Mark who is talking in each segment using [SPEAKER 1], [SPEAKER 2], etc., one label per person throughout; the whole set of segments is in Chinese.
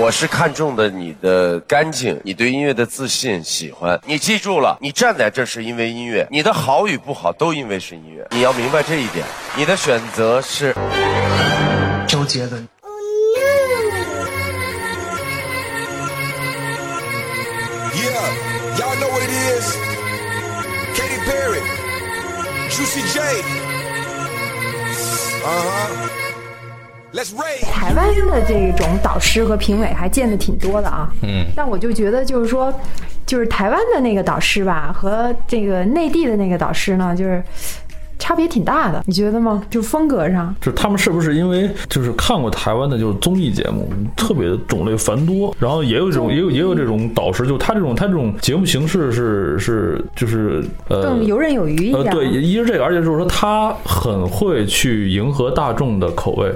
[SPEAKER 1] 我是看中的你的干净，你对音乐的自信、喜欢。你记住了，你站在这是因为音乐，你的好与不好都因为是音乐。你要明白这一点，你的选择是
[SPEAKER 2] 周杰伦。
[SPEAKER 3] Yeah, y'all know what it is. Katy Perry, Juicy J. Uh huh. Let's rave.
[SPEAKER 4] 台湾的这种导师和评委还见的挺多的啊，嗯，但我就觉得就是说，就是台湾的那个导师吧，和这个内地的那个导师呢，就是差别挺大的，你觉得吗？就风格上，
[SPEAKER 5] 就是他们是不是因为就是看过台湾的就是综艺节目，特别种类繁多，然后也有这种也有也有这种导师，就他这种他这种节目形式是是就是呃
[SPEAKER 4] 更游刃有余一
[SPEAKER 5] 呃
[SPEAKER 4] 点。
[SPEAKER 5] 对，一是这个，而且就是说他很会去迎合大众的口味。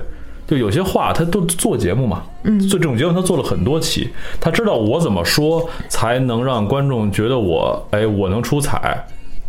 [SPEAKER 5] 就有些话，他都做节目嘛，嗯，做这种节目他做了很多期，他知道我怎么说才能让观众觉得我，哎，我能出彩，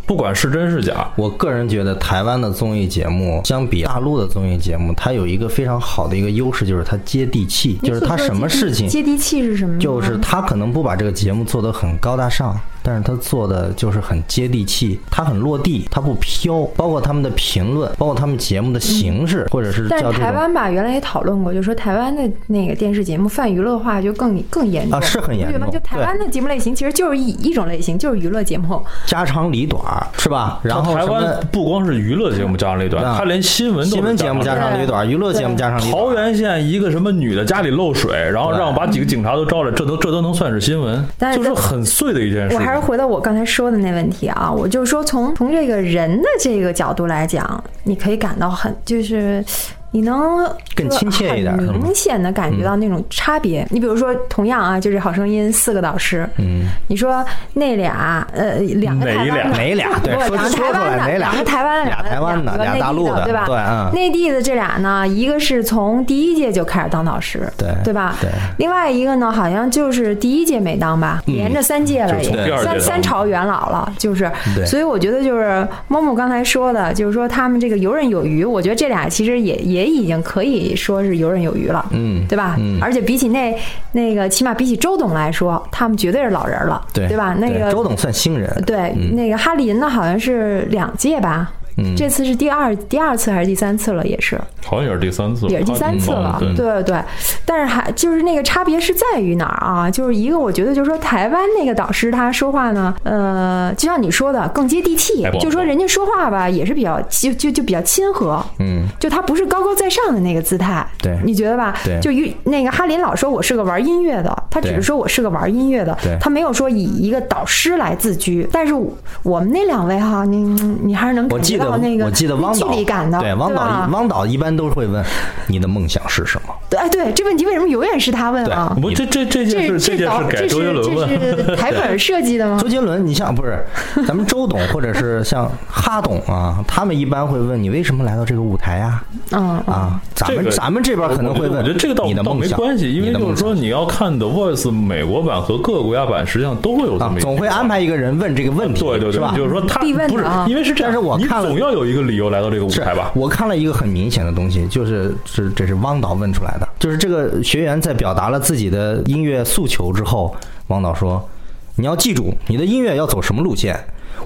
[SPEAKER 5] 不管是真是假，
[SPEAKER 6] 我个人觉得台湾的综艺节目相比大陆的综艺节目，它有一个非常好的一个优势，就是它接地气，
[SPEAKER 4] 你
[SPEAKER 6] 就是它
[SPEAKER 4] 所说
[SPEAKER 6] 什么
[SPEAKER 4] 接地
[SPEAKER 6] 事情
[SPEAKER 4] 接地气是什么呢？
[SPEAKER 6] 就是他可能不把这个节目做得很高大上，但是他做的就是很接地气，他很落地，他不飘。包括他们的评论，包括他们节目的形式，或者是
[SPEAKER 4] 嗯但
[SPEAKER 6] 叫
[SPEAKER 4] 是
[SPEAKER 6] 这
[SPEAKER 4] 台
[SPEAKER 6] 种
[SPEAKER 4] 湾吧，原来也讨论过，就说台湾的那个电视节目泛娱乐化就更更严重
[SPEAKER 6] 啊是很严重
[SPEAKER 4] 你不觉得吗就台湾的节目类型其实就是一一种类型，就是娱乐节目。
[SPEAKER 6] 家长里短儿是吧？然后
[SPEAKER 5] 台
[SPEAKER 6] 什
[SPEAKER 5] 湾
[SPEAKER 6] 么
[SPEAKER 5] 不光是娱乐节目加上了一段，
[SPEAKER 6] 啊
[SPEAKER 5] 他连新闻都是
[SPEAKER 6] 新闻节目
[SPEAKER 5] 加
[SPEAKER 6] 家
[SPEAKER 5] 上
[SPEAKER 6] 长里短儿，娱乐节目家长里短
[SPEAKER 5] 桃
[SPEAKER 6] 儿。
[SPEAKER 5] 园县一个什么女的家里漏水，然后
[SPEAKER 6] 对
[SPEAKER 5] 让把几个警察都招来，这都这都能算是新闻
[SPEAKER 4] 但，是
[SPEAKER 5] 就是很碎的一件事
[SPEAKER 4] 我还是
[SPEAKER 5] 情。
[SPEAKER 4] 回到我刚才说的那问题啊，我就是说从从这个人的这个角度来讲，你可以感到很就是。你能
[SPEAKER 6] 更
[SPEAKER 4] 就
[SPEAKER 6] 亲切一点嗯
[SPEAKER 4] 很
[SPEAKER 6] 是吗
[SPEAKER 4] 明显的感觉到那种差别。你比如说，同样啊，就是《好声音》四个导师，嗯，你说那俩呃两个
[SPEAKER 5] 哪
[SPEAKER 4] 台
[SPEAKER 5] 一
[SPEAKER 4] 湾
[SPEAKER 5] 俩
[SPEAKER 4] 的
[SPEAKER 6] 哪俩？对，
[SPEAKER 4] 不
[SPEAKER 6] 说
[SPEAKER 4] 两个台
[SPEAKER 6] 说出
[SPEAKER 4] 湾的，
[SPEAKER 6] 来哪
[SPEAKER 4] 两
[SPEAKER 6] 俩
[SPEAKER 4] 个？台湾的，
[SPEAKER 6] 俩台湾的
[SPEAKER 4] 两个
[SPEAKER 6] 俩
[SPEAKER 4] 内
[SPEAKER 6] 大陆
[SPEAKER 4] 地
[SPEAKER 6] 的
[SPEAKER 4] 对吧？
[SPEAKER 6] 对嗯
[SPEAKER 4] 内地的这俩呢，一个是从第一届就开始当导师，
[SPEAKER 6] 对
[SPEAKER 4] 对吧？
[SPEAKER 6] 对
[SPEAKER 4] 另外一个呢，好像就是第一届没当吧，
[SPEAKER 6] 嗯
[SPEAKER 4] 连着三届了
[SPEAKER 5] 就是从第
[SPEAKER 4] 也，
[SPEAKER 5] 二届
[SPEAKER 4] 三
[SPEAKER 5] 当
[SPEAKER 4] 三朝元老了，就是。
[SPEAKER 6] 对
[SPEAKER 4] 所以我觉得就是猫猫刚才说的，就是说他们这个游刃有余，我觉得这俩其实也也已经可以说是游刃有余了，
[SPEAKER 6] 嗯
[SPEAKER 4] 对吧？
[SPEAKER 6] 嗯
[SPEAKER 4] 而且比起那那个，起码比起周董来说，他们绝对是老人了，
[SPEAKER 6] 对
[SPEAKER 4] 对吧？那个
[SPEAKER 6] 周董算新人，
[SPEAKER 4] 对，
[SPEAKER 6] 嗯
[SPEAKER 4] 那个哈林呢，好像是两届吧。
[SPEAKER 6] 嗯
[SPEAKER 4] 这次是第二第二次还是第三次了？也是，
[SPEAKER 5] 好像也是第三次吧，
[SPEAKER 4] 也是第三次了。
[SPEAKER 5] 嗯
[SPEAKER 4] 对对对，但是还就是那个差别是在于哪儿啊？就是一个，我觉得就是说台湾那个导师他说话呢，呃，就像你说的更接地气
[SPEAKER 5] 哎，不
[SPEAKER 4] 就说人家说话吧也是比较就就就比较亲和，
[SPEAKER 6] 嗯，
[SPEAKER 4] 就他不是高高在上的那个姿态，
[SPEAKER 6] 对
[SPEAKER 4] 你觉得吧？
[SPEAKER 6] 对
[SPEAKER 4] 就于那个哈林老说我是个玩音乐的，他只
[SPEAKER 6] 对
[SPEAKER 4] 是说我是个玩音乐的
[SPEAKER 6] 对，
[SPEAKER 4] 他没有说以一个导师来自居。但是我我们那两位哈，你你还是能
[SPEAKER 6] 我
[SPEAKER 4] 感
[SPEAKER 6] 记
[SPEAKER 4] 觉
[SPEAKER 6] 得
[SPEAKER 4] 到那个
[SPEAKER 6] 我记得汪
[SPEAKER 4] 距
[SPEAKER 6] 导
[SPEAKER 4] 离感的，
[SPEAKER 6] 对汪导
[SPEAKER 4] 吧
[SPEAKER 6] 汪导一般都会问你的梦想是什么？
[SPEAKER 4] 哎，对，这问题为什么永远是他问啊？
[SPEAKER 5] 不，这这这
[SPEAKER 4] 这
[SPEAKER 5] 件事，这件
[SPEAKER 4] 导
[SPEAKER 5] 事
[SPEAKER 4] 这
[SPEAKER 5] 给
[SPEAKER 4] 是
[SPEAKER 5] 周杰伦问。
[SPEAKER 4] 这 是台本设计的吗
[SPEAKER 6] 周？杰伦，你像 不是咱们周董或者是像哈董啊，他们一般会问你为什么来到这个舞台啊？
[SPEAKER 4] 嗯，
[SPEAKER 6] 啊，咱们、
[SPEAKER 5] 这个
[SPEAKER 6] 咱们这边可能会问，
[SPEAKER 5] 我觉得这个倒
[SPEAKER 6] 你的
[SPEAKER 5] 倒
[SPEAKER 6] 梦
[SPEAKER 5] 没
[SPEAKER 6] 想
[SPEAKER 5] 关系，因为
[SPEAKER 6] 你的
[SPEAKER 5] 就
[SPEAKER 6] 梦
[SPEAKER 5] 是说
[SPEAKER 6] 想
[SPEAKER 5] 你要看 The Voice 美国版和各个国家版，实际上都会有这
[SPEAKER 6] 啊
[SPEAKER 5] 么一，个
[SPEAKER 6] 总会安排一个人问这个问题，
[SPEAKER 5] 对对
[SPEAKER 6] 是
[SPEAKER 5] 对，
[SPEAKER 6] 吧？
[SPEAKER 5] 就是说他
[SPEAKER 4] 必问的
[SPEAKER 5] 不是
[SPEAKER 4] 啊
[SPEAKER 5] 因为是这样，
[SPEAKER 6] 但是我
[SPEAKER 5] 你
[SPEAKER 6] 看了
[SPEAKER 5] 总要有一个理由来到这个舞
[SPEAKER 6] 是
[SPEAKER 5] 台吧？
[SPEAKER 6] 我看了一个很明显的东西，就是是这是汪导问出来的，就是这个学员在表达了自己的音乐诉求之后，汪导说：“你要记住，你的音乐要走什么路线，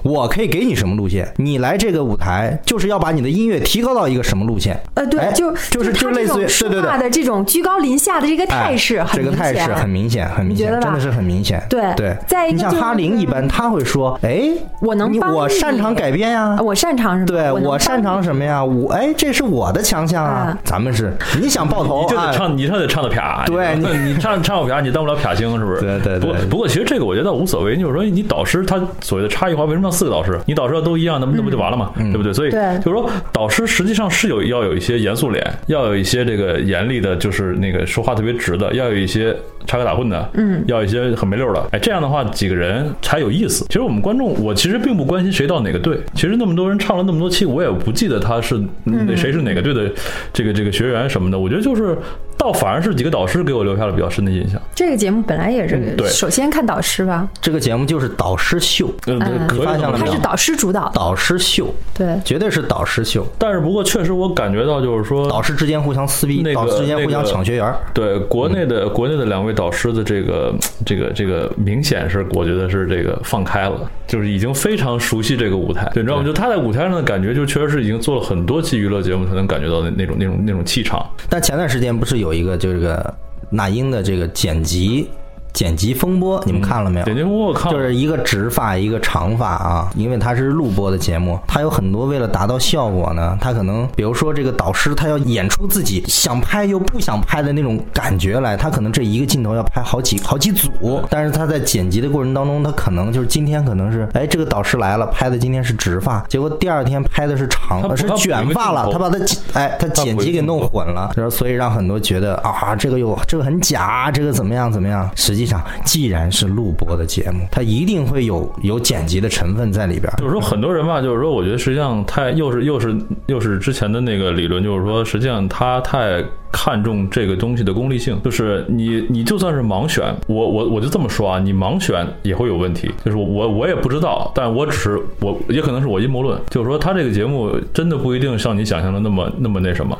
[SPEAKER 6] 我可以给你什么路线。你来这个舞台就是要把你的音乐提高到一个什么路线。”
[SPEAKER 4] 呃，对
[SPEAKER 6] 哎，
[SPEAKER 4] 就
[SPEAKER 6] 就是
[SPEAKER 4] 他这
[SPEAKER 6] 类似于
[SPEAKER 4] 种
[SPEAKER 6] 对
[SPEAKER 4] 说
[SPEAKER 6] 对对
[SPEAKER 4] 话。的这种居高临下的这个态势
[SPEAKER 6] 哎
[SPEAKER 4] 很
[SPEAKER 6] 这个
[SPEAKER 4] 明
[SPEAKER 6] 态势
[SPEAKER 4] 显，
[SPEAKER 6] 很明显，很明
[SPEAKER 4] 你觉
[SPEAKER 6] 显，
[SPEAKER 4] 得吧
[SPEAKER 6] 真的是很明显。
[SPEAKER 4] 对
[SPEAKER 6] 对，
[SPEAKER 4] 再一个
[SPEAKER 6] 你像
[SPEAKER 4] 就是
[SPEAKER 6] 哈林一般，他会说：“哎，
[SPEAKER 4] 我能
[SPEAKER 6] 你
[SPEAKER 4] 帮
[SPEAKER 6] 我
[SPEAKER 4] 你
[SPEAKER 6] 擅长改编呀、
[SPEAKER 4] 啊我擅长什么？
[SPEAKER 6] 对
[SPEAKER 4] 能
[SPEAKER 6] 我擅
[SPEAKER 4] 帮
[SPEAKER 6] 长
[SPEAKER 4] 你
[SPEAKER 6] 什么呀？我哎，这是我的强项啊
[SPEAKER 4] 啊！
[SPEAKER 6] 咱们是你想爆头
[SPEAKER 5] 你就
[SPEAKER 6] 啊
[SPEAKER 5] 得？唱，你唱得唱的啪，
[SPEAKER 6] 对
[SPEAKER 5] 你你 唱唱不啪，你当不了啪星是不是？
[SPEAKER 6] 对对对
[SPEAKER 5] 不过不过其实这个我觉得无所谓，就是说你导师他所谓的差异化，为什么要四个导师？你导师要都一样，那不那不就完了嘛，对不对？所以
[SPEAKER 4] 嗯对
[SPEAKER 5] 就是说导师实际上是有要有一些严肃脸，要有一些这个严厉的，就是那个说话特别直的，要有一些。插科打诨的，嗯，要有一些很没溜儿的，哎，这样的话几个人才有意思。其实我们观众，我其实并不关心谁到哪个队。其实那么多人唱了那么
[SPEAKER 4] 嗯
[SPEAKER 5] 多期，我也不记得他是那谁是哪个队的这个这个学员什么的。我觉得就是倒反而是几个导师给我留下了比较深的印象。
[SPEAKER 4] 这个节目本来也
[SPEAKER 5] 嗯
[SPEAKER 4] 是
[SPEAKER 5] 对，
[SPEAKER 4] 首先看导师吧，
[SPEAKER 6] 这个节目就是导师秀，
[SPEAKER 5] 嗯，
[SPEAKER 4] 嗯
[SPEAKER 5] 可以
[SPEAKER 6] 发
[SPEAKER 5] 这
[SPEAKER 6] 现
[SPEAKER 5] 么
[SPEAKER 4] 它
[SPEAKER 6] 了没
[SPEAKER 5] 说
[SPEAKER 6] 有
[SPEAKER 4] 是导师主导的，
[SPEAKER 6] 导师秀，
[SPEAKER 4] 对，
[SPEAKER 6] 绝对是导师秀。
[SPEAKER 5] 但是不过确实我感觉到就是说，
[SPEAKER 6] 导师之间互相撕逼，
[SPEAKER 5] 那个
[SPEAKER 6] 导师之间互相
[SPEAKER 5] 那个
[SPEAKER 6] 抢学员儿。
[SPEAKER 5] 对国内的、国内的两位导师的这个这个这个，明显是我觉得是这个放开了，就是已经非常熟悉这个舞台，对你知道吗？就他在舞台上的感觉，就确实是已经做了很多期娱乐节目才能感觉到的那种那种那种气场。
[SPEAKER 6] 但前段时间不是有一个这个那英的这个剪辑剪辑风波，你们看了没有？
[SPEAKER 5] 点金我看
[SPEAKER 6] 就是一个直发，一个长发啊，因为它是录播的节目，它有很多为了达到效果呢，它可能比如说这个导师他要演出自己想拍又不想拍的那种感觉来，他可能这一个镜头要拍好几 好几组，但是他在剪辑的过程当中，他可能就是今天可能是哎这个导师来了，拍的今天是直发，结果第二天拍的是长
[SPEAKER 5] 他不
[SPEAKER 6] 呃是
[SPEAKER 5] 他不
[SPEAKER 6] 卷
[SPEAKER 5] 一个
[SPEAKER 6] 发
[SPEAKER 5] 镜
[SPEAKER 6] 了，
[SPEAKER 5] 头
[SPEAKER 6] 他把他哎他剪辑给弄混了，然后所以让很多觉得啊，这个有这个很假，这个怎么样怎么样？实际上，既然是录播的节目，它一定会有有剪辑的成分在里边儿。
[SPEAKER 5] 就是说很多人吧，就是说，我觉得实际上太又是又是又是之前的那个理论，就是说，实际上他太看重这个东西的功利性，就是你你就算是盲选，我我我就这么说啊，你盲选也会有问题，就是我我我也不知道，但我只我也可能是我阴谋论，就是说他这个节目真的不一定像你想象的那么那么那什么。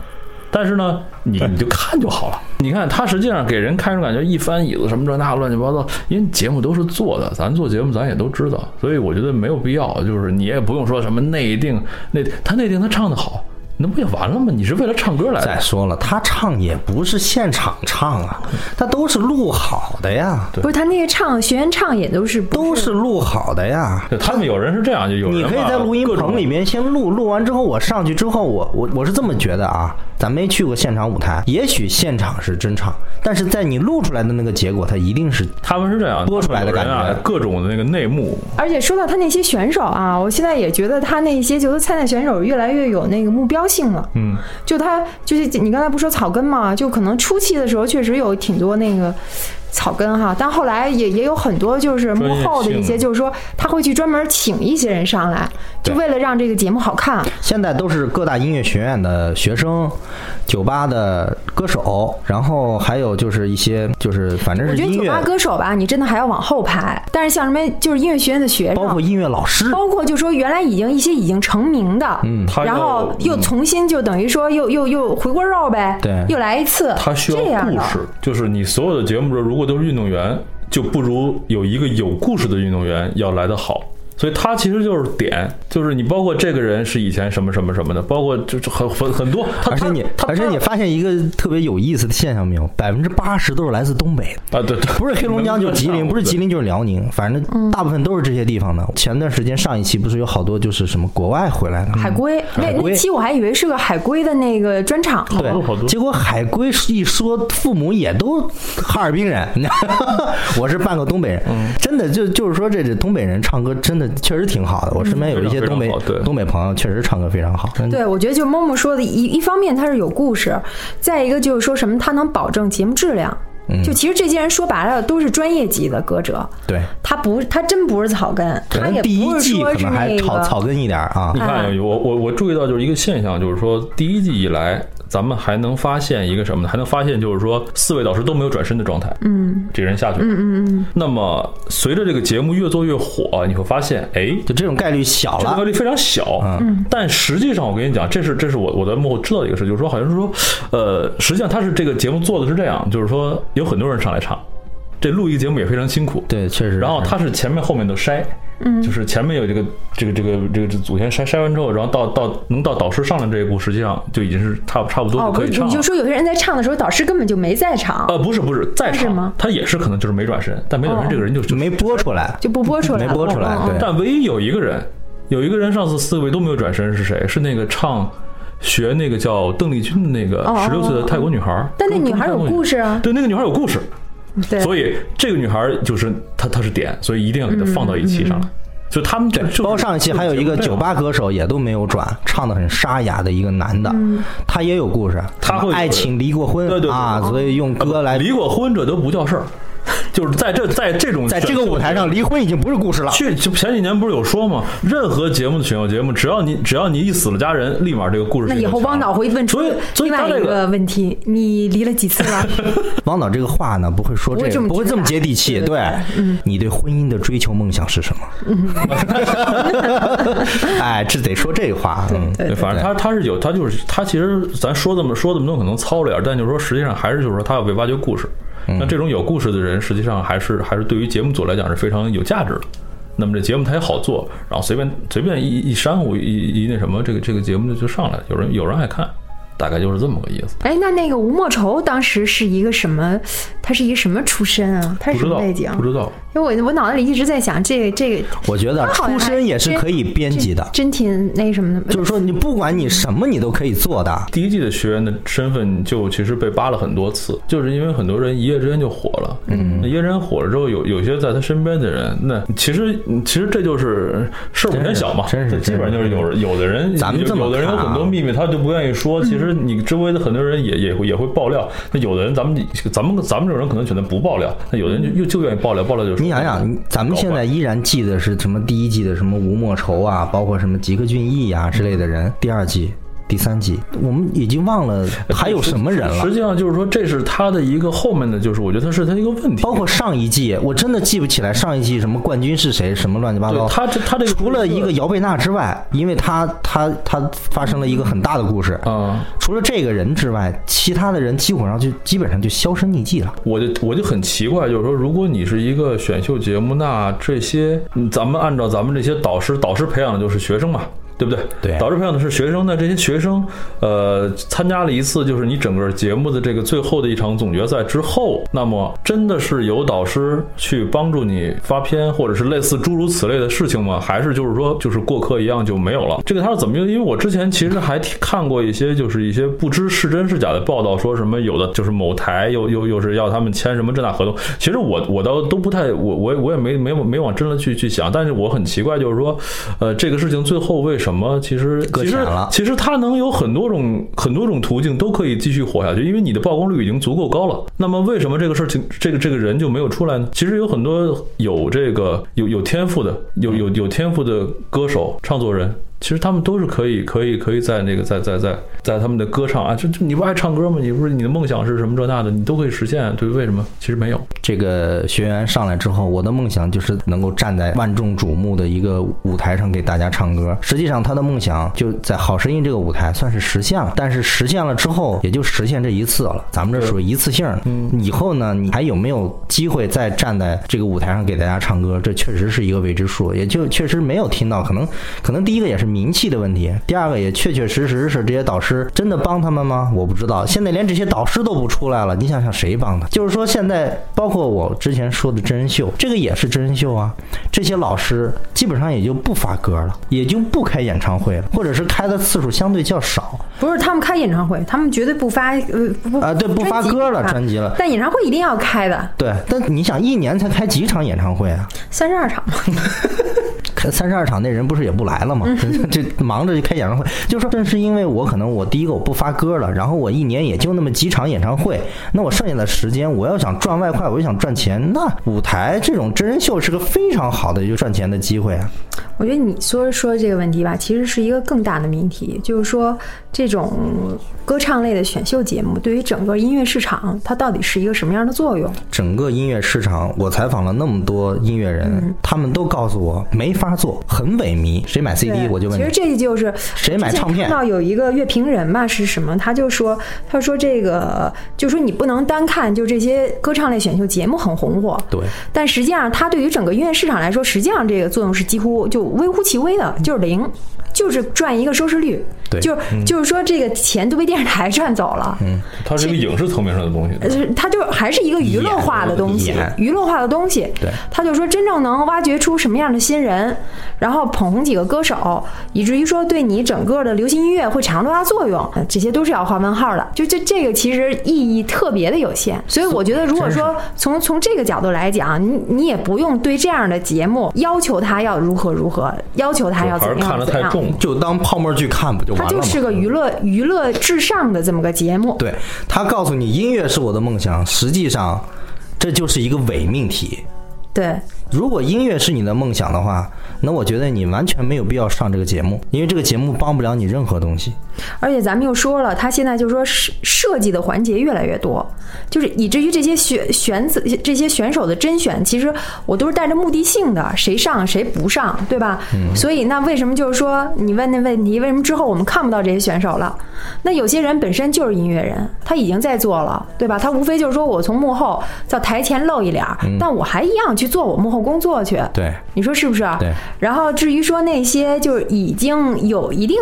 [SPEAKER 5] 但是呢，你你就看就好了。你看他实际上给人看着感觉一翻椅子什么这那乱七八糟，因为节目都是做的，咱做节目咱也都知道，所以我觉得没有必要，就是你也不用说什么内定内他内定他唱的好，那不也完了吗？你是为了唱歌来
[SPEAKER 6] 再
[SPEAKER 5] 的。
[SPEAKER 6] 说了，他唱也不是现场唱啊，他都是录好的呀，
[SPEAKER 4] 不是他那个唱学员唱也都是
[SPEAKER 6] 都
[SPEAKER 4] 不
[SPEAKER 6] 是录好的呀。
[SPEAKER 5] 对他们有人是这样，就有人
[SPEAKER 6] 你可以
[SPEAKER 5] 吧
[SPEAKER 6] 在录音
[SPEAKER 5] 各种
[SPEAKER 6] 棚里面先录，录完之后我上去之后，我我我是这么觉得啊，咱没去过现场舞台，也许现场是真唱，但是在你录出来的那个结果，它一定是
[SPEAKER 5] 他们是这样
[SPEAKER 6] 播出来的感觉
[SPEAKER 5] 他们有人啊，各种的那个内幕，
[SPEAKER 4] 而且说到他那些选手啊，我现在也觉得他那些就是参赛选手越来越有那个目标性了。嗯，就他就是你刚才不说草根嘛，就可能初期的时候确实有挺多那个草根哈，但后来也也有很多就是幕后的一
[SPEAKER 5] 专业性
[SPEAKER 4] 些，
[SPEAKER 5] 的
[SPEAKER 4] 就是说他会去专门请一些人上来，就为了让这个节目好看。
[SPEAKER 6] 现在都是各大音乐学院的学生，酒吧的歌手，然后还有就是一些就是反正
[SPEAKER 4] 我
[SPEAKER 6] 是
[SPEAKER 4] 觉得
[SPEAKER 6] 音
[SPEAKER 4] 酒
[SPEAKER 6] 乐
[SPEAKER 4] 吧，歌手吧，你真的还要往后排。但是像什么就是音乐学院的学生，
[SPEAKER 6] 包括音乐老师，
[SPEAKER 4] 包括就说原来已经一些已经成名的，嗯
[SPEAKER 5] 他要
[SPEAKER 4] 然后又重新就等于说又又又回锅肉呗，
[SPEAKER 6] 对
[SPEAKER 4] 又来一次，
[SPEAKER 5] 他需要
[SPEAKER 4] 这样
[SPEAKER 5] 故
[SPEAKER 4] 的
[SPEAKER 5] 事，就是你所有的节目中，如果都是运动员，就不如有一个有故事的运动员要来得好。所以他其实就是点，就是你包括这个人是以前什么什么什么的，包括就是很很很多，他
[SPEAKER 6] 而且你
[SPEAKER 5] 他，他
[SPEAKER 6] 而且你
[SPEAKER 5] 他
[SPEAKER 6] 发现一个特别有意思的现象没有？百分之八十都是来自东北的。
[SPEAKER 5] 啊对对，
[SPEAKER 6] 不是黑龙江就是吉林，不是吉
[SPEAKER 5] 林，
[SPEAKER 6] 林就是辽宁，反正大部分都是这些地方的。前段时间上一期不是有好多就是什么国外回来的
[SPEAKER 4] 海龟，那
[SPEAKER 6] 嗯海龟
[SPEAKER 4] 那期我还以为是个海龟的那个专场，
[SPEAKER 5] 好多好多
[SPEAKER 6] 对，结果海归一说，父母也都哈尔滨人， 我是半个东北人，
[SPEAKER 4] 嗯
[SPEAKER 6] 真的就就是说，这这东北人唱歌真的确实挺好的。
[SPEAKER 4] 嗯
[SPEAKER 6] 我身边有一些
[SPEAKER 5] 非常
[SPEAKER 6] 东北
[SPEAKER 5] 非常好对
[SPEAKER 6] 东北朋友，确实唱歌非常好。真的
[SPEAKER 4] 对，我觉得就默默说的一一方面，它是有故事；再一个就是说什么，它能保证节目质量。就其实这些人说白了都是专业级的歌者，
[SPEAKER 6] 对，
[SPEAKER 4] 他不，他真不是草根，
[SPEAKER 6] 可
[SPEAKER 4] 他
[SPEAKER 6] 能
[SPEAKER 4] 也
[SPEAKER 6] 第一
[SPEAKER 4] 不是
[SPEAKER 6] 季
[SPEAKER 4] 说
[SPEAKER 6] 可
[SPEAKER 4] 是
[SPEAKER 6] 能
[SPEAKER 4] 那
[SPEAKER 6] 还草
[SPEAKER 4] 个嗯
[SPEAKER 6] 草根一点啊
[SPEAKER 5] 你。看哎我我我注意到就是一个现象，就是说第一季以来，咱们还能发现一个什么呢？还能发现就是说四位导师都没有转身的状态，嗯，这个人下去了，嗯嗯嗯。那么随着这个节目越做越火，你会发现，哎，
[SPEAKER 6] 就这种概率小
[SPEAKER 5] 这个概
[SPEAKER 6] 了，
[SPEAKER 5] 率非常小。嗯，但实际上我跟你讲，这是这是我我在幕后知道的一个事，就是说好像是说，呃，实际上他是这个节目做的是这样，就是说有很多人上来唱，这录一个节目也非常辛苦。。
[SPEAKER 6] 对，确实。
[SPEAKER 5] 然后他是前面后面都筛，嗯，就是前面有这个这个这个这个这组先筛筛完之后，然后到到能到导师上来这一步，实际上就已经是差不差不多
[SPEAKER 4] 哦，
[SPEAKER 5] 就
[SPEAKER 4] 不
[SPEAKER 5] 可
[SPEAKER 4] 是，
[SPEAKER 5] 以唱
[SPEAKER 4] 你
[SPEAKER 5] 了。
[SPEAKER 4] 就说有些人在唱的时候，导师根本就没在场，
[SPEAKER 5] 呃，不是不是，在
[SPEAKER 4] 是吗
[SPEAKER 5] 场他也是可能就是没转身，但没转身
[SPEAKER 4] 哦
[SPEAKER 5] 这个人就就
[SPEAKER 6] 没播出来，
[SPEAKER 4] 就不播出来
[SPEAKER 6] 没
[SPEAKER 4] 了，
[SPEAKER 6] 播出来
[SPEAKER 4] 嗯嗯嗯
[SPEAKER 6] 对
[SPEAKER 5] 但唯一有一个人，有一个人上次四位都没有转身是谁？是那个唱学那个叫邓丽君的那个
[SPEAKER 4] 哦
[SPEAKER 5] 十六岁的泰国女孩儿。
[SPEAKER 4] 但那女孩有故事啊嗯
[SPEAKER 5] 对，那个女孩有故事，
[SPEAKER 4] 对，
[SPEAKER 5] 所以这个女孩就是她，她是点，所以一定要给她放到一
[SPEAKER 4] 嗯
[SPEAKER 5] 期上来。所以他们对，
[SPEAKER 6] 包括上一期
[SPEAKER 5] 哎
[SPEAKER 6] 还有一个酒，吧歌手也都没有转，唱的很沙哑的一个男的，
[SPEAKER 4] 嗯
[SPEAKER 6] 他也有故事，
[SPEAKER 5] 他会
[SPEAKER 6] 什么爱情离过婚
[SPEAKER 5] 对对对哦
[SPEAKER 6] 啊，所以用歌来
[SPEAKER 5] 离过婚这都不叫事儿。就是在这在这种
[SPEAKER 6] 在这个舞台上，离婚已经不是故事了。
[SPEAKER 5] 去就前几年不是有说吗？任何节目的选秀节目，只要你只要你一死了家人，立马这个故事
[SPEAKER 4] 那以后汪导会问出
[SPEAKER 5] 所以所以
[SPEAKER 4] 另
[SPEAKER 5] 他
[SPEAKER 4] 外
[SPEAKER 5] 这
[SPEAKER 4] 一个问题：你离了几次了？
[SPEAKER 6] 汪导这个话呢，不会说
[SPEAKER 4] 不
[SPEAKER 6] 这
[SPEAKER 4] 会这
[SPEAKER 6] 个，
[SPEAKER 4] 么
[SPEAKER 6] 不会这么
[SPEAKER 4] 直
[SPEAKER 6] 接
[SPEAKER 4] 白
[SPEAKER 6] 地气。
[SPEAKER 4] 对对对嗯
[SPEAKER 6] 你对婚姻的追求梦想是什么？ 哎，这得说这话。嗯，
[SPEAKER 5] 对，反正他他是有，他就是他其实咱说这么说这么多可能糙了点儿，但就是说实际上还是就是说他要被挖掘故事。
[SPEAKER 4] 嗯
[SPEAKER 5] 那这种有故事的人，实际上还是还是对于节目组来讲是非常有价值的。那么这节目它也好做，然后随便随便一一煽乎一一那什么，这个这个节目就就上来，有人有人爱看，大概就是这么个意思。
[SPEAKER 4] 哎，那那个吴莫愁当时是一个什么？他是一个什么出身啊？他
[SPEAKER 5] 不
[SPEAKER 4] 是什
[SPEAKER 5] 知
[SPEAKER 4] 么
[SPEAKER 5] 道
[SPEAKER 4] 背景？
[SPEAKER 5] 不知道，
[SPEAKER 4] 因为我我脑袋里一直在想，这个这个
[SPEAKER 6] 我觉得
[SPEAKER 4] 他好
[SPEAKER 6] 出
[SPEAKER 4] 像还
[SPEAKER 6] 身也是
[SPEAKER 4] 真
[SPEAKER 6] 可以编辑的，
[SPEAKER 4] 真挺那什么的。
[SPEAKER 6] 就是说你不管你什么，你都可以做的。
[SPEAKER 5] 第一季的学员的身份就其实被扒了很多次，就是因为很多人一夜之间就火了。嗯，一夜之间火了之后，有有些在他身边的人，那其实其实这就是事儿本小嘛，
[SPEAKER 6] 真是
[SPEAKER 5] 这基本上就是有人有的人，
[SPEAKER 6] 咱们
[SPEAKER 5] 有
[SPEAKER 6] 这么
[SPEAKER 5] 有的人有
[SPEAKER 6] 看啊嗯
[SPEAKER 5] 很多秘密，他就不愿意说。其实你周围的很多人也也会也会爆料，那有的人咱们咱们咱们这种人可能选择不爆料，那有的人就又就愿意爆料，爆料就是
[SPEAKER 6] 你想想，你咱们现在依然记得是什么第一季的什么吴莫愁啊，包括什么吉克隽逸啊之类的
[SPEAKER 5] 嗯
[SPEAKER 6] 人，第二季、第三季，我们已经忘了还有什么人了
[SPEAKER 5] 呃实。际上就是说，这是他的一个后面的就是，我觉得他是他一个问题，
[SPEAKER 6] 包括上一季，我真的记不起来上一季什么冠军是谁，什么乱七八
[SPEAKER 5] 对
[SPEAKER 6] 糟。
[SPEAKER 5] 他这他这个
[SPEAKER 6] 除了一个姚贝娜之外，因为他他他发生了一个很大的故事，
[SPEAKER 5] 啊。
[SPEAKER 6] 除了这个人之外，其他的人基本上就基本上就销声匿迹了。
[SPEAKER 5] 我就我就很奇怪，就是说，如果你是一个选秀节目，那这些嗯咱们按照咱们这些导师，导师培养的就是学生嘛，对不对？
[SPEAKER 6] 对
[SPEAKER 5] 导师培养的是学生，那这些学生，呃，参加了一次就是你整个节目的这个最后的一场总决赛之后，那么真的是有导师去帮助你发片，或者是类似诸如此类的事情吗？还是就是说就是过客一样就没有了？这个他是怎么用？因为我之前其实还挺看过一些就是一些不知是真是假的报道，说什么有的就是某台又又又是要他们签什么这那合同。其实我我倒都不太我我也我也没没没往真了去去想，但是我很奇怪，就是说，呃，这个事情最后为什么其实
[SPEAKER 6] 搁
[SPEAKER 5] 其
[SPEAKER 6] 浅
[SPEAKER 5] 实
[SPEAKER 6] 了
[SPEAKER 5] 其实它能有很多种很多种途径都可以继续活下去，因为你的曝光率已经足够高了。那么为什么这个事情，这个这个人就没有出来呢？其实有很多有这个有有天赋的，有有有天赋的歌手、唱作人。其实他们都是可以，可以，可以在那个，在在在在他们的歌唱啊，这这你不爱唱歌吗？你不是你的梦想是什么这那的，你都可以实现，啊对？为什么？其实没有，
[SPEAKER 6] 这个学员上来之后，我的梦想就是能够站在万众瞩目的一个舞台上给大家唱歌。实际上，他的梦想就在《好声音》这个舞台算是实现了，但是实现了之后，也就实现这一次了。咱们这属于一次性的。以后呢，你还有没有机会再站在这个舞台上给大家唱歌？这确实是一个未知数，也就确实没有听到。可能可能第一个也是名气的问题，第二个也确确实实是这些导师真的帮他们吗？我不知道。现在连这些导师都不出来了，你想想谁帮他？就是说，现在包括我之前说的真人秀，这个也是真人秀啊。这些老师基本上也就不发歌了，也就不开演唱会了，或者是开的次数相对较少。
[SPEAKER 4] 不是他们开演唱会，他们绝对不发呃不
[SPEAKER 6] 啊对不发歌了专辑啊了
[SPEAKER 4] 但演唱会一定要开的，
[SPEAKER 6] 对，但你想一年才开几场演唱会啊？
[SPEAKER 4] 三十二场嘛。
[SPEAKER 6] 开三十二场那人不是也不来了吗？
[SPEAKER 4] 嗯
[SPEAKER 6] 这忙着就开演唱会，就是说正是因为我可能我第一个我不发歌了，然后我一年也就那么几场演唱会，那我剩下的时间我要想赚外快，我就想赚钱，那舞台这种真人秀是个非常好的一个赚钱的机会啊。
[SPEAKER 4] 我觉得你说说这个问题吧，其实是一个更大的谜题，就是说这种歌唱类的选秀节目对于整个音乐市场，它到底是一个什么样的作用？
[SPEAKER 6] 整个音乐市场，我采访了那么多音乐人，
[SPEAKER 4] 嗯
[SPEAKER 6] 他们都告诉我没法做，很萎靡。谁买 CD
[SPEAKER 4] 对
[SPEAKER 6] 我就问
[SPEAKER 4] 其
[SPEAKER 6] 你
[SPEAKER 4] 实，这就是
[SPEAKER 6] 谁买
[SPEAKER 4] 之前
[SPEAKER 6] 唱片
[SPEAKER 4] 看到有一个乐评人嘛是什么？他就说，他说这个就说你不能单看就这些歌唱类选秀节目很红火，
[SPEAKER 6] 对
[SPEAKER 4] 但实际上它对于整个音乐市场来说，实际上这个作用是几乎就微乎其微的，就是零。就是赚一个收视率，
[SPEAKER 6] 对
[SPEAKER 4] 就是、就是说这个钱都被电视台赚走了，嗯，
[SPEAKER 5] 它是一个影视层面上的东西。
[SPEAKER 4] 呃就是它就还是一个娱乐化的东西
[SPEAKER 6] 演，
[SPEAKER 4] 娱乐化的东西。
[SPEAKER 6] 对
[SPEAKER 4] 他就说真正能挖掘出什么样的新人，然后捧红几个歌手，以至于说对你整个的流行音乐会产生多大作用，呃这些都是要画问号的。就这这个其实意义特别的有限，所以我觉得如果说从从这个角度来讲，你你也不用对这样的节目要求他要如何如何，要求他要
[SPEAKER 5] 还
[SPEAKER 4] 怎
[SPEAKER 5] 是
[SPEAKER 4] 么
[SPEAKER 5] 看
[SPEAKER 4] 样
[SPEAKER 5] 得
[SPEAKER 4] 怎
[SPEAKER 5] 太
[SPEAKER 4] 么样。
[SPEAKER 5] 重了。
[SPEAKER 6] 就当泡沫剧看不就完
[SPEAKER 4] 它
[SPEAKER 6] 了吗？
[SPEAKER 4] 就是个娱乐娱乐至上的这么个节目，
[SPEAKER 6] 对他告诉你音乐是我的梦想，实际上。这就是一个伪命题。
[SPEAKER 4] 对，
[SPEAKER 6] 如果音乐是你的梦想的话，那我觉得你完全没有必要上这个节目，因为这个节目帮不了你任何东西。
[SPEAKER 4] 而且咱们又说了，他现在就说设设计的环节越来越多，就是以至于这些选选子这些选手的甄选，其实我都是带着目的性的，谁上谁不上，对吧？所以那为什么就是说你问那问题，为什么之后我们看不到这些选手了？那有些人本身就是音乐人，他已经在做了，对吧？他无非就是说我从幕后到台前露一脸儿，但我还一样去做我幕后工作去。
[SPEAKER 6] 对，
[SPEAKER 4] 你说是不是？
[SPEAKER 6] 对
[SPEAKER 4] 然后至于说那些就是已经有一定，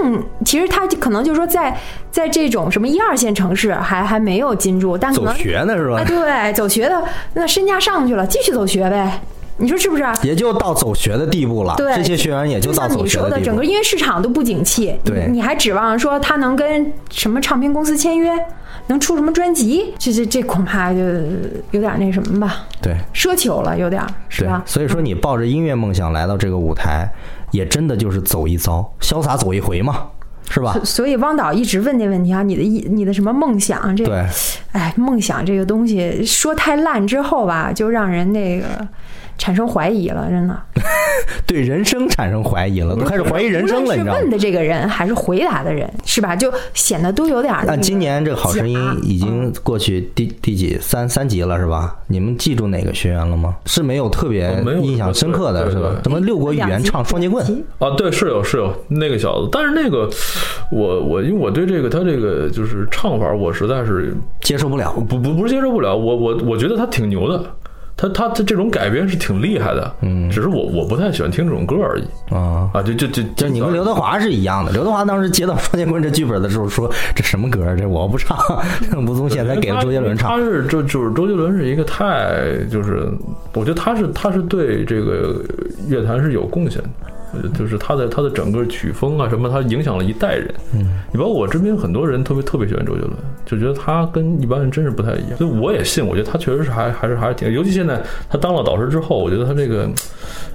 [SPEAKER 4] 其实他就可能就是说在在这种什么一二线城市还还没有进驻，但可
[SPEAKER 6] 走
[SPEAKER 4] 能
[SPEAKER 6] 学呢是吧
[SPEAKER 4] 啊，？对，走学的那身价上去了，继续走学呗。你说是不是？
[SPEAKER 6] 也就到走学的地步了。
[SPEAKER 4] 对，
[SPEAKER 6] 这些学员也
[SPEAKER 4] 就像
[SPEAKER 6] 到
[SPEAKER 4] 你
[SPEAKER 6] 走学
[SPEAKER 4] 说的，
[SPEAKER 6] 地
[SPEAKER 4] 整
[SPEAKER 6] 步
[SPEAKER 4] 个。音乐市场都不景气，
[SPEAKER 6] 对
[SPEAKER 4] 你你还指望说他能跟什么唱片公司签约，能出什么专辑？这这这恐怕就有点那什么吧，
[SPEAKER 6] 对
[SPEAKER 4] 奢求了，有点是
[SPEAKER 6] 对
[SPEAKER 4] 吧，？
[SPEAKER 6] 所以说你抱着音乐梦想来到这个舞台，也真的就是走一遭，潇洒走一回嘛，是吧？
[SPEAKER 4] 所以汪导一直问这问题啊，你的一你的什么梦想？啊这
[SPEAKER 6] 对，
[SPEAKER 4] 哎，梦想这个东西说太烂之后吧，就让人那个产生怀疑了，真的。
[SPEAKER 6] 对人生产生怀疑了，都开始怀疑人生了，你知
[SPEAKER 4] 无论是
[SPEAKER 6] 道吗
[SPEAKER 4] 问？的这个人还是回答的人，是吧？就显得都有点儿那个假。啊
[SPEAKER 6] 但今年这个《好声音》已
[SPEAKER 4] 嗯
[SPEAKER 6] 经过去第第几三三集了是吧？你们记住哪个学员了吗？是没有特别
[SPEAKER 5] 哦没有
[SPEAKER 6] 印象深刻的
[SPEAKER 5] 对
[SPEAKER 6] 是吧？
[SPEAKER 5] 对
[SPEAKER 6] 什么六国语言唱双截棍，
[SPEAKER 5] 啊，对，是有是有那个小子，但是那个我我因为我对这个他这个就是唱法，我实在是
[SPEAKER 6] 接受不了。
[SPEAKER 5] 不不不是接受不了，我我我觉得他挺牛的，他他他这种改编是挺厉害的，嗯，只是我我不太喜欢听这种歌而已
[SPEAKER 6] 啊
[SPEAKER 5] 啊，就就就
[SPEAKER 6] 就你跟刘德华是一样的，刘德华当时接到《双截棍》这剧本的时候说：“这什么歌儿？这我不唱。” 吴宗宪才给了周杰伦唱
[SPEAKER 5] 他。是就就是周杰伦是一个太就是，我觉得他是他是对这个乐坛是有贡献的。我觉得就是他的他的整个曲风啊什么，他影响了一代人。嗯，你包括我身边很多人特别特别喜欢周杰伦，就觉得他跟一般人真是不太一样。所以我也信，我觉得他确实是还还是还是挺，尤其现在他当了导师之后，我觉得他这个，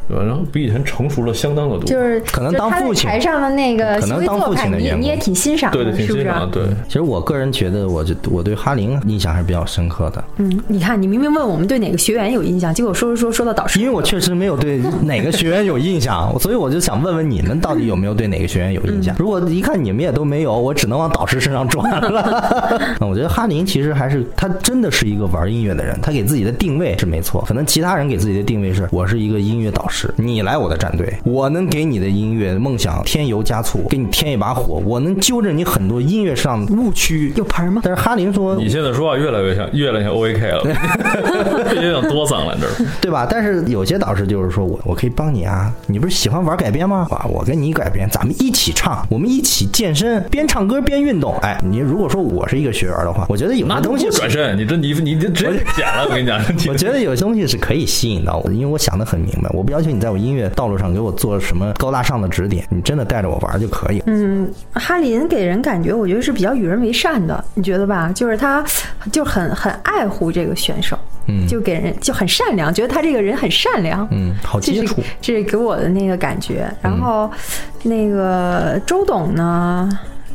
[SPEAKER 5] 呃然后比以前成熟了相当的多。
[SPEAKER 4] 就是
[SPEAKER 6] 可能当
[SPEAKER 4] 就是他
[SPEAKER 6] 父
[SPEAKER 4] 在
[SPEAKER 6] 亲
[SPEAKER 4] 台上的那个
[SPEAKER 6] 可能
[SPEAKER 4] 行为
[SPEAKER 6] 当
[SPEAKER 4] 做
[SPEAKER 6] 父
[SPEAKER 4] 派
[SPEAKER 6] 亲的
[SPEAKER 4] 你
[SPEAKER 6] 缘
[SPEAKER 4] 你也
[SPEAKER 6] 故
[SPEAKER 4] 挺欣赏
[SPEAKER 5] 对对，
[SPEAKER 4] 的，
[SPEAKER 5] 挺
[SPEAKER 4] 是不
[SPEAKER 5] 欣
[SPEAKER 4] 是？啊
[SPEAKER 5] 赏的。对，
[SPEAKER 6] 其实我个人觉得，我就我对哈林印象还是比较深刻的，
[SPEAKER 4] 嗯，你看，你明明问我们对哪个学员有印象，结果说着说说到导师，
[SPEAKER 6] 因为我确实没有对哪个学员有印象，所以我就想问问你们到底有没有对哪个学员有印象？
[SPEAKER 4] 嗯
[SPEAKER 6] 如果一看你们也都没有，我只能往导师身上转了。 那我觉得哈林其实还是他真的是一个玩音乐的人，他给自己的定位是没错，可能其他人给自己的定位是我是一个音乐导师，你来我的战队，我能给你的音乐梦想添油加醋，给你添一把火，我能纠正你很多音乐上的误区。
[SPEAKER 4] 有盆儿吗？
[SPEAKER 6] 但是哈林说，
[SPEAKER 5] 你现在说话越来越像越来越像 O A K 了， 有点多嗓了，这儿。
[SPEAKER 6] 对吧？但是有些导师就是说我我可以帮你啊，你不是喜欢玩改编吗？啊，我跟你改编，咱们一起唱，我们一起健身，边唱歌边运动。哎，你如果说我是一个学员的话，我觉得有
[SPEAKER 5] 那
[SPEAKER 6] 些东西
[SPEAKER 5] 不
[SPEAKER 6] 是
[SPEAKER 5] 转身，你这你你这直接剪了，我跟你讲，
[SPEAKER 6] 我觉得有些东西是可以吸引到我的，因为我想得很明白，我不要求你在我音乐道路上给我做什么高大上的指点，你真的带着我玩就可以。嗯，
[SPEAKER 4] 哈林给人感觉，我觉得是比较与人为善的，你觉得吧？就是他，就很很爱护这个选手，嗯，就给人就很善良，觉得他这个人很善良，
[SPEAKER 6] 嗯好接
[SPEAKER 4] 这
[SPEAKER 6] 触
[SPEAKER 4] 是这是给我的那个感觉。然后，那个周董呢？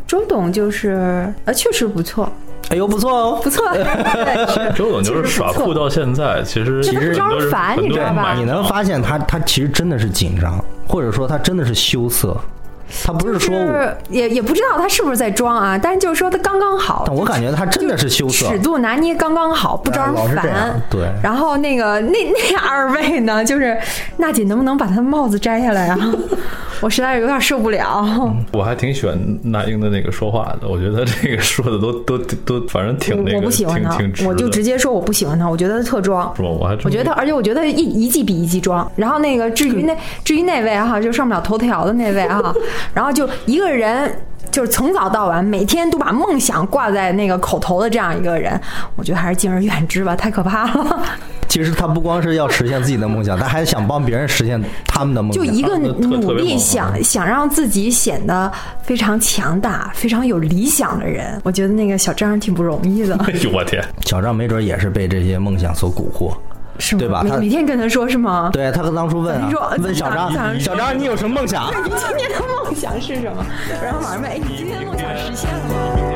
[SPEAKER 4] 周董就是呃，确实不错，
[SPEAKER 6] 哎呦，不错哦。
[SPEAKER 4] 不错， 对是
[SPEAKER 5] 周董就是
[SPEAKER 4] 确实不
[SPEAKER 5] 耍
[SPEAKER 4] 错
[SPEAKER 5] 酷到现在，其实
[SPEAKER 4] 这都是招人烦
[SPEAKER 5] 很多人
[SPEAKER 4] 你知道吧
[SPEAKER 5] 很多人买
[SPEAKER 6] 你能发现他，他其实真的是紧张，或者说他真的是羞涩，他不是说我，
[SPEAKER 4] 就是也也不知道他是不是在装啊，但是就是说他刚刚好，
[SPEAKER 6] 但我感觉他真的是羞涩，
[SPEAKER 4] 尺度拿捏刚刚好，不招人
[SPEAKER 6] 老是这样
[SPEAKER 4] 烦。
[SPEAKER 6] 对
[SPEAKER 4] 然后那个那 那二位呢，就是娜姐能不能把她的帽子摘下来啊？ 我实在是有点受不了。
[SPEAKER 5] 我还挺喜欢那英的那个说话的，我觉得这个说的都都都，反正挺那
[SPEAKER 4] 我
[SPEAKER 5] 个，
[SPEAKER 4] 不喜欢
[SPEAKER 5] 挺
[SPEAKER 4] 她
[SPEAKER 5] 挺直，的
[SPEAKER 4] 我就直接说我不喜欢她，我觉得她特装。
[SPEAKER 5] 是吧？我还真
[SPEAKER 4] 我觉得她，而且我觉得一一季比一季装。然后那个至于那至于那位哈、就上不了头条的那位哈、 然后就一个人。就是从早到晚，每天都把梦想挂在那个口头的这样一个人，我觉得还是敬而远之吧，太可怕了。
[SPEAKER 6] 其实他不光是要实现自己的梦想，他还想帮别人实现他们的梦
[SPEAKER 4] 就
[SPEAKER 6] 想。
[SPEAKER 4] 一个
[SPEAKER 5] 特特
[SPEAKER 4] 努
[SPEAKER 5] 别
[SPEAKER 6] 啊
[SPEAKER 4] 力
[SPEAKER 5] 猛
[SPEAKER 4] 想想让自己显得非常强大、非常有理想的人，我觉得那个小张挺不容易的，
[SPEAKER 5] 哎呦我天，
[SPEAKER 6] 小张没准也是被这些梦想所蛊惑。
[SPEAKER 4] 是吗？
[SPEAKER 6] 对吧
[SPEAKER 4] 每
[SPEAKER 6] 他
[SPEAKER 4] 每天跟他说是吗？
[SPEAKER 6] 对他当初问、啊
[SPEAKER 4] 你说、
[SPEAKER 6] 问小
[SPEAKER 4] 你
[SPEAKER 6] 张，
[SPEAKER 4] 想
[SPEAKER 6] 小张你有什么梦想？
[SPEAKER 4] 你今天的梦想是什么？然后马上问，哎，你今天的梦想实现了吗？